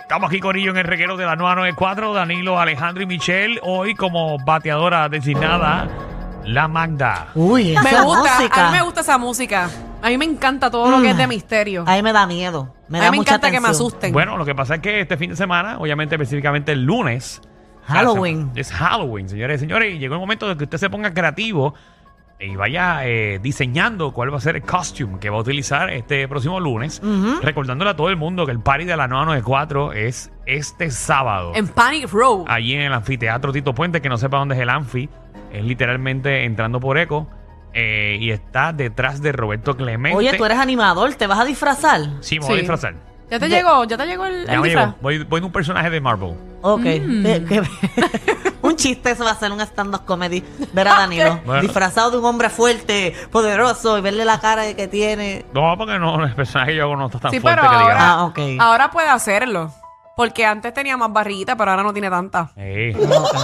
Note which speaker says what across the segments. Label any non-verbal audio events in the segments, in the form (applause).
Speaker 1: Estamos aquí, Corillo, en el reguero de la 994. Danilo, Alejandro y Michelle. Hoy, como bateadora designada, la Magda.
Speaker 2: Uy, esa
Speaker 3: Me gusta,
Speaker 2: música.
Speaker 3: a mí me gusta esa música. A mí me encanta todo lo que es de misterio.
Speaker 2: A mí me da miedo. Me da
Speaker 3: a mí me
Speaker 2: mucha
Speaker 3: encanta que me
Speaker 2: tensión.
Speaker 3: asusten.
Speaker 1: Bueno, lo que pasa es que este fin de semana, obviamente específicamente el lunes.
Speaker 2: Halloween.
Speaker 1: Es Halloween, señores y señores. Y llegó el momento de que usted se ponga creativo y vaya eh, diseñando cuál va a ser el costume que va a utilizar este próximo lunes. Recordándole a todo el mundo que el party de la 994 es este sábado.
Speaker 3: en Panic Row.
Speaker 1: allí en el anfiteatro Tito Puente, que no sepa dónde es el anfi, es literalmente entrando por Eco eh, y está detrás de Roberto Clemente.
Speaker 2: Oye, tú eres animador, ¿te vas a disfrazar?
Speaker 1: Sí, me voy a
Speaker 3: Sí.
Speaker 1: disfrazar.
Speaker 3: Ya te
Speaker 2: de-
Speaker 3: llegó, ya te llegó el,
Speaker 1: Ya
Speaker 3: el
Speaker 1: me
Speaker 3: disfraz.
Speaker 1: llevo. Voy, voy de un personaje de Marvel.
Speaker 2: Ok.
Speaker 3: Mm.
Speaker 2: Eh, que- (laughs) un chiste, eso va a ser un stand-up comedy. Ver a Danilo
Speaker 1: Bueno.
Speaker 2: disfrazado de un hombre fuerte, poderoso, y verle la cara de que tiene.
Speaker 1: No, porque no, el personaje que yo hago no está tan
Speaker 3: Sí,
Speaker 1: fuerte
Speaker 3: pero
Speaker 1: que diga.
Speaker 3: ahora,
Speaker 2: Ah, ok.
Speaker 3: ahora puede hacerlo. Porque antes tenía más barriguita, pero ahora no tiene tanta.
Speaker 1: Eh,
Speaker 2: Ok.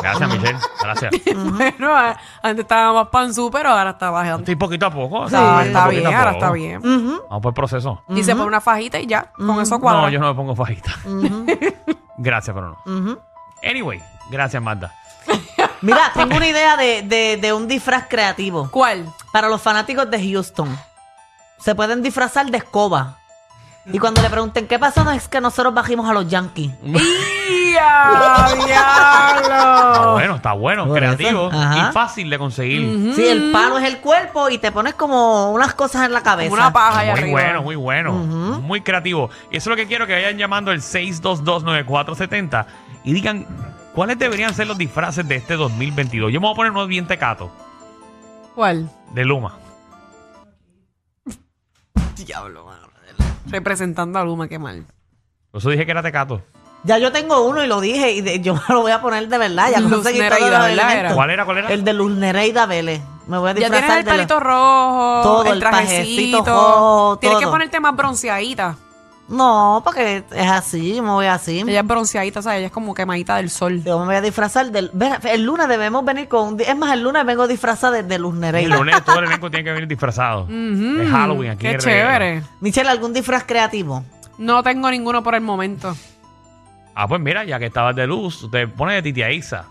Speaker 1: gracias, Michelle. Gracias.
Speaker 3: (laughs) Bueno, a- antes estaba más panzú, pero ahora está bajando.
Speaker 1: Estoy poquito a poco. o
Speaker 3: Sí,
Speaker 1: sea, estoy
Speaker 3: está
Speaker 1: poquito
Speaker 3: bien,
Speaker 1: a
Speaker 3: ahora
Speaker 1: poco.
Speaker 3: está bien.
Speaker 2: Ujú,
Speaker 1: Vamos por el proceso.
Speaker 3: Y se pone una fajita y ya, con eso cuadra.
Speaker 1: No, yo no me pongo fajita.
Speaker 2: ujú,
Speaker 1: (laughs) Gracias, pero no.
Speaker 2: ujú.
Speaker 1: Anyway, gracias, Marta.
Speaker 2: Mira, tengo una idea de, de- de un disfraz creativo.
Speaker 3: ¿Cuál?
Speaker 1: (laughs)
Speaker 2: Para los fanáticos de Houston, se pueden disfrazar de escoba. Y cuando le pregunten qué pasó, no es que nosotros bajimos a los Yankees.
Speaker 3: ¡Ya,
Speaker 1: Está
Speaker 3: diablo!
Speaker 1: bueno, está bueno,
Speaker 2: Por eso.
Speaker 1: creativo
Speaker 2: Ajá.
Speaker 1: y fácil de conseguir.
Speaker 2: Sí, el palo es el cuerpo y te pones como unas cosas en la cabeza.
Speaker 3: Mm. Como una paja allá
Speaker 1: Muy
Speaker 3: arriba.
Speaker 1: bueno, muy bueno. Muy creativo. Y eso es lo que quiero que vayan llamando el 6229470 y digan cuáles deberían ser los disfraces de este 2022. Yo me voy a poner uno bien tecato,
Speaker 3: ¿Cuál?
Speaker 1: de Luma.
Speaker 3: Diablo, mano. Representando a Luma, qué mal.
Speaker 1: Por eso dije que era tecato.
Speaker 2: Ya yo tengo uno y lo dije y de- yo (laughs) me lo voy a poner de verdad. Ya
Speaker 3: Luz
Speaker 2: conseguí todos
Speaker 3: Nereida,
Speaker 2: los
Speaker 3: ¿verdad?
Speaker 2: elementos.
Speaker 1: ¿Cuál era? ¿Cuál era?
Speaker 2: El de Luz Nereida Vélez. Me voy a
Speaker 3: Ya
Speaker 2: disfrazar
Speaker 3: tienes el
Speaker 2: de la-
Speaker 3: palito rojo,
Speaker 2: Todo,
Speaker 3: el
Speaker 2: el pajecito
Speaker 3: trajecito.
Speaker 2: rojo,
Speaker 3: tienes que
Speaker 2: todo.
Speaker 3: ponerte más bronceadita.
Speaker 2: No, porque es así, me voy así.
Speaker 3: Ella es bronceadita, o sea, ella es como quemadita del sol.
Speaker 2: Yo me voy a disfrazar del... Ven, El lunes debemos venir con... un di- Es más, el lunes vengo disfrazada de, de Luz
Speaker 1: El
Speaker 2: Nereida.
Speaker 1: lunes todo el elenco tiene que venir disfrazado.
Speaker 3: Ujú,
Speaker 1: Es Halloween aquí.
Speaker 3: Qué
Speaker 1: en Reguero.
Speaker 3: chévere.
Speaker 2: Michelle, ¿algún disfraz creativo?
Speaker 3: No tengo ninguno por el momento.
Speaker 1: Ah, pues mira, ya que estabas de luz, te pones de Titia
Speaker 3: (laughs)
Speaker 1: Isa.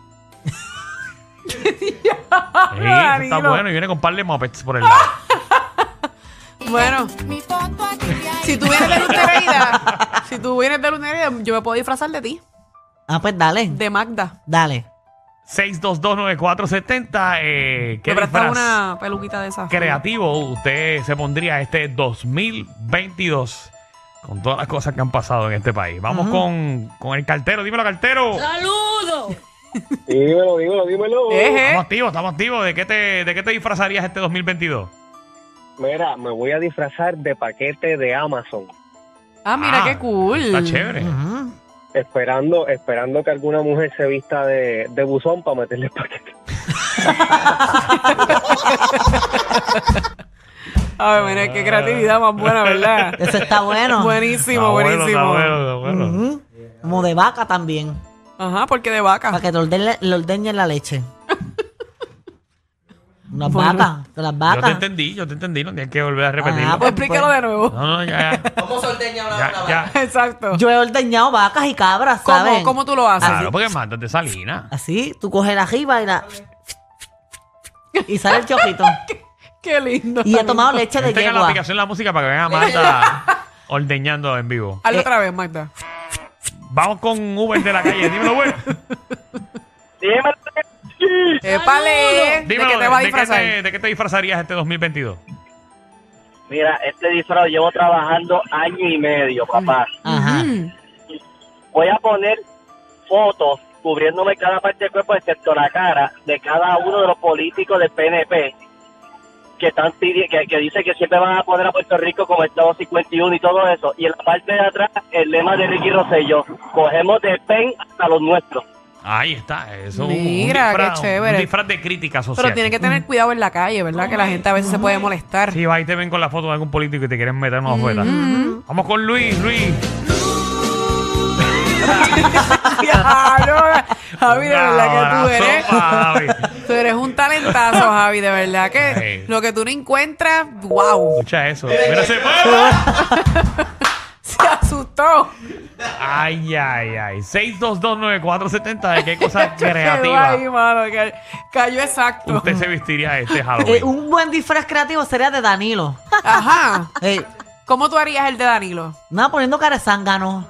Speaker 1: Sí, eso está
Speaker 3: Danilo.
Speaker 1: bueno y viene con par de mopeds por el lado.
Speaker 3: Bueno, si tú vienes de lunería, si tú vienes de lunería, yo me puedo disfrazar de ti,
Speaker 2: Ah, pues dale.
Speaker 3: de Magda.
Speaker 2: Dale.
Speaker 1: 6229470. Eh, ¿Qué
Speaker 3: Me prestas
Speaker 1: disfraz?
Speaker 3: una peluquita de esas.
Speaker 1: creativo usted se pondría este 2022 con todas las cosas que han pasado en este país. Vamos con, con el cartero, dímelo cartero.
Speaker 4: Dímelo, dímelo, dímelo.
Speaker 3: Eje.
Speaker 1: Estamos activos, estamos activos. ¿De qué te, de qué te disfrazarías este 2022?
Speaker 4: Mira, me voy a disfrazar de paquete de Amazon,
Speaker 3: Ah, mira
Speaker 1: Ah,
Speaker 3: qué cool.
Speaker 1: Está chévere.
Speaker 2: Ujú.
Speaker 4: esperando esperando que alguna mujer se vista de, de buzón para meterle el paquete.
Speaker 3: Ay, mira qué creatividad más buena,
Speaker 2: (laughs)
Speaker 3: ¿verdad?
Speaker 2: Ese está bueno.
Speaker 1: Está
Speaker 3: (laughs) buenísimo,
Speaker 1: bueno, está
Speaker 3: buenísimo.
Speaker 1: bueno, está bueno.
Speaker 2: Ujú. Como de vaca también.
Speaker 3: Ajá, porque de vaca.
Speaker 2: Para que te ordene- le ordeñen la
Speaker 3: (laughs)
Speaker 2: leche. Unas
Speaker 3: Bueno.
Speaker 2: vacas, de las
Speaker 1: Yo te
Speaker 2: vacas.
Speaker 1: entendí, yo te entendí, no tienes que volver a repetirlo.
Speaker 2: Ah,
Speaker 3: Pues explíquelo de nuevo. (laughs)
Speaker 1: No, no, ya. ¿Cómo se ordeña una,
Speaker 3: Exacto.
Speaker 2: Yo he ordeñado vacas y cabras, ¿sabes?
Speaker 3: ¿Cómo, ¿Cómo tú lo haces?
Speaker 1: Claro, porque mandas de salina.
Speaker 2: Así, tú coges la jiba y la... Y sale el chojito.
Speaker 3: (laughs) Qué lindo.
Speaker 2: y he tomado leche
Speaker 1: Tengan
Speaker 2: de
Speaker 1: Este la
Speaker 2: yegua.
Speaker 1: aplicación la música para que vean a Marta ordeñando en vivo.
Speaker 3: (laughs) Hazlo
Speaker 2: Eh.
Speaker 3: otra vez,
Speaker 2: (laughs)
Speaker 3: Magda.
Speaker 1: Vamos con Uber de la calle. Dímelo, Uber.
Speaker 4: Dímelo.
Speaker 3: ¡Épale! Eh, ¿De
Speaker 1: Dímelo,
Speaker 3: qué te vas a disfrazar?
Speaker 1: te, de qué te disfrazarías este 2022?
Speaker 4: Mira, este disfraz llevo trabajando año y medio, papá.
Speaker 2: Ajá.
Speaker 3: Mm.
Speaker 4: Voy a poner fotos cubriéndome cada parte del cuerpo, excepto la cara, de cada uno de los políticos del PNP que están pidi- que, que dice que siempre van a poner a Puerto Rico como Estado 51 y todo eso. Y en la parte de atrás, el lema de Ricky Rosselló, cogemos de PEN hasta los nuestros.
Speaker 1: Ahí está, eso. un-
Speaker 3: Mira,
Speaker 1: un
Speaker 3: qué
Speaker 1: disfraz,
Speaker 3: chévere.
Speaker 1: Un disfraz de crítica social.
Speaker 3: Pero tiene que tener cuidado en la calle, ¿verdad? Que la gente a veces se puede molestar.
Speaker 1: Si vas y te ven con la foto de algún político y te quieren meter una afuera. Vamos con Luis, Luis.
Speaker 3: (laughs) Claro. Javi, de verdad que tú
Speaker 1: Abrazo,
Speaker 3: eres.
Speaker 1: Javi.
Speaker 3: (laughs) Tú eres un talentazo, Javi, de verdad que
Speaker 1: Ay.
Speaker 3: lo que tú no encuentras, wow.
Speaker 1: Escucha eso. Mira ese-
Speaker 3: (laughs) Se asustó.
Speaker 1: Ay, ay, ay. 6229470, ¿de qué
Speaker 3: (laughs)
Speaker 1: cosa
Speaker 3: Yo quedó ahí,
Speaker 1: creativa
Speaker 3: mano, que cayó exacto.
Speaker 1: usted se vestiría este
Speaker 2: Eh,
Speaker 1: Halloween?
Speaker 2: un buen disfraz creativo sería de
Speaker 3: (laughs)
Speaker 2: Danilo.
Speaker 3: Ajá.
Speaker 2: Eh,
Speaker 3: ¿Cómo tú harías el de Danilo?
Speaker 2: nada, poniendo cara de zángano.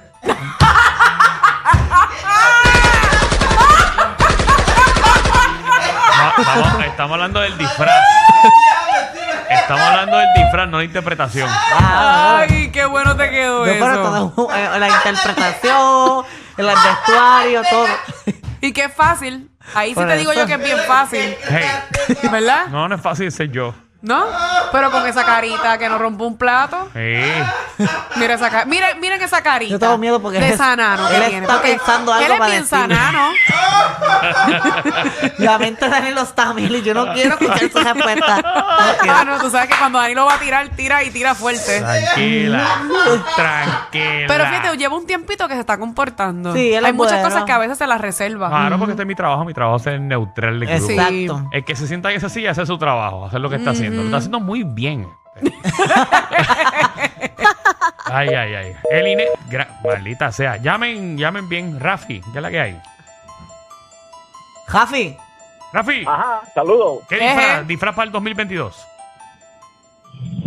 Speaker 1: Va- vamos- estamos hablando del disfraz. Estamos hablando del disfraz, no la interpretación.
Speaker 2: Ah,
Speaker 3: Ay, qué bueno te quedó
Speaker 2: no, pero
Speaker 3: eso.
Speaker 2: todo, (laughs) eh, la interpretación, el vestuario, todo.
Speaker 3: (laughs) Y qué fácil. Ahí sí
Speaker 2: Por
Speaker 3: te digo yo
Speaker 2: eso.
Speaker 3: que es bien fácil.
Speaker 1: Hey,
Speaker 3: ¿Verdad?
Speaker 1: no, no es fácil ser yo.
Speaker 3: ¿No? Pero con esa carita que no rompe un plato.
Speaker 1: Sí.
Speaker 3: Mira esa ca- mira, miren esa carita.
Speaker 2: Yo tengo miedo porque
Speaker 3: de
Speaker 2: él-
Speaker 3: sanano que
Speaker 2: él
Speaker 3: tiene,
Speaker 2: está
Speaker 3: porque
Speaker 2: pensando algo
Speaker 3: Él es
Speaker 2: para
Speaker 3: bien
Speaker 2: decir.
Speaker 3: sanano.
Speaker 2: (laughs) La mente de Danilo está a mil y yo no quiero escuchar su respuesta. No quiero.
Speaker 3: Ah, no, tú sabes que cuando Danilo va a tirar, tira y tira fuerte.
Speaker 1: Tranquila, tranquila.
Speaker 3: Pero fíjate, lleva un tiempito que se está comportando.
Speaker 2: Sí, él es
Speaker 3: Hay muchas
Speaker 2: bueno.
Speaker 3: cosas que a veces se las reserva.
Speaker 4: Ah,
Speaker 1: Claro, porque este es mi trabajo, mi trabajo es ser neutral de grupo.
Speaker 3: Mm. Eh, sí.
Speaker 2: Exacto.
Speaker 1: El que se sienta que es así, hace su trabajo, hacer lo que está haciendo. Lo está haciendo muy
Speaker 3: (laughs)
Speaker 1: bien. ay, ay, ay. El INE. gra- Maldita sea. Llamen, llamen bien, Rafi. ¿Qué es la que hay?
Speaker 2: Jafi,
Speaker 1: Rafi,
Speaker 4: Ajá, saludos.
Speaker 1: ¿qué
Speaker 3: Ejé.
Speaker 1: disfraz, disfraz para el 2022?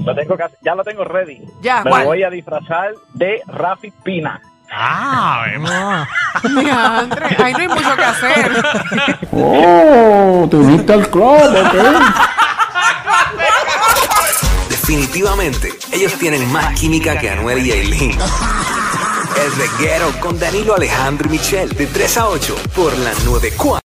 Speaker 4: Lo tengo casi- ya lo tengo ready.
Speaker 3: Ya,
Speaker 4: Me
Speaker 3: ¿cuál? (laughs)
Speaker 4: voy a disfrazar de Rafi Pina.
Speaker 3: (laughs)
Speaker 1: Ah, vemos.
Speaker 3: Diantre, ahí no hay mucho que hacer.
Speaker 5: Oh, te uniste al club, ok.
Speaker 6: Definitivamente, ellos tienen más química que Anuel y Aileen. El reguero con Danilo Alejandro y Michel, de 3 a 8, por la 9 4.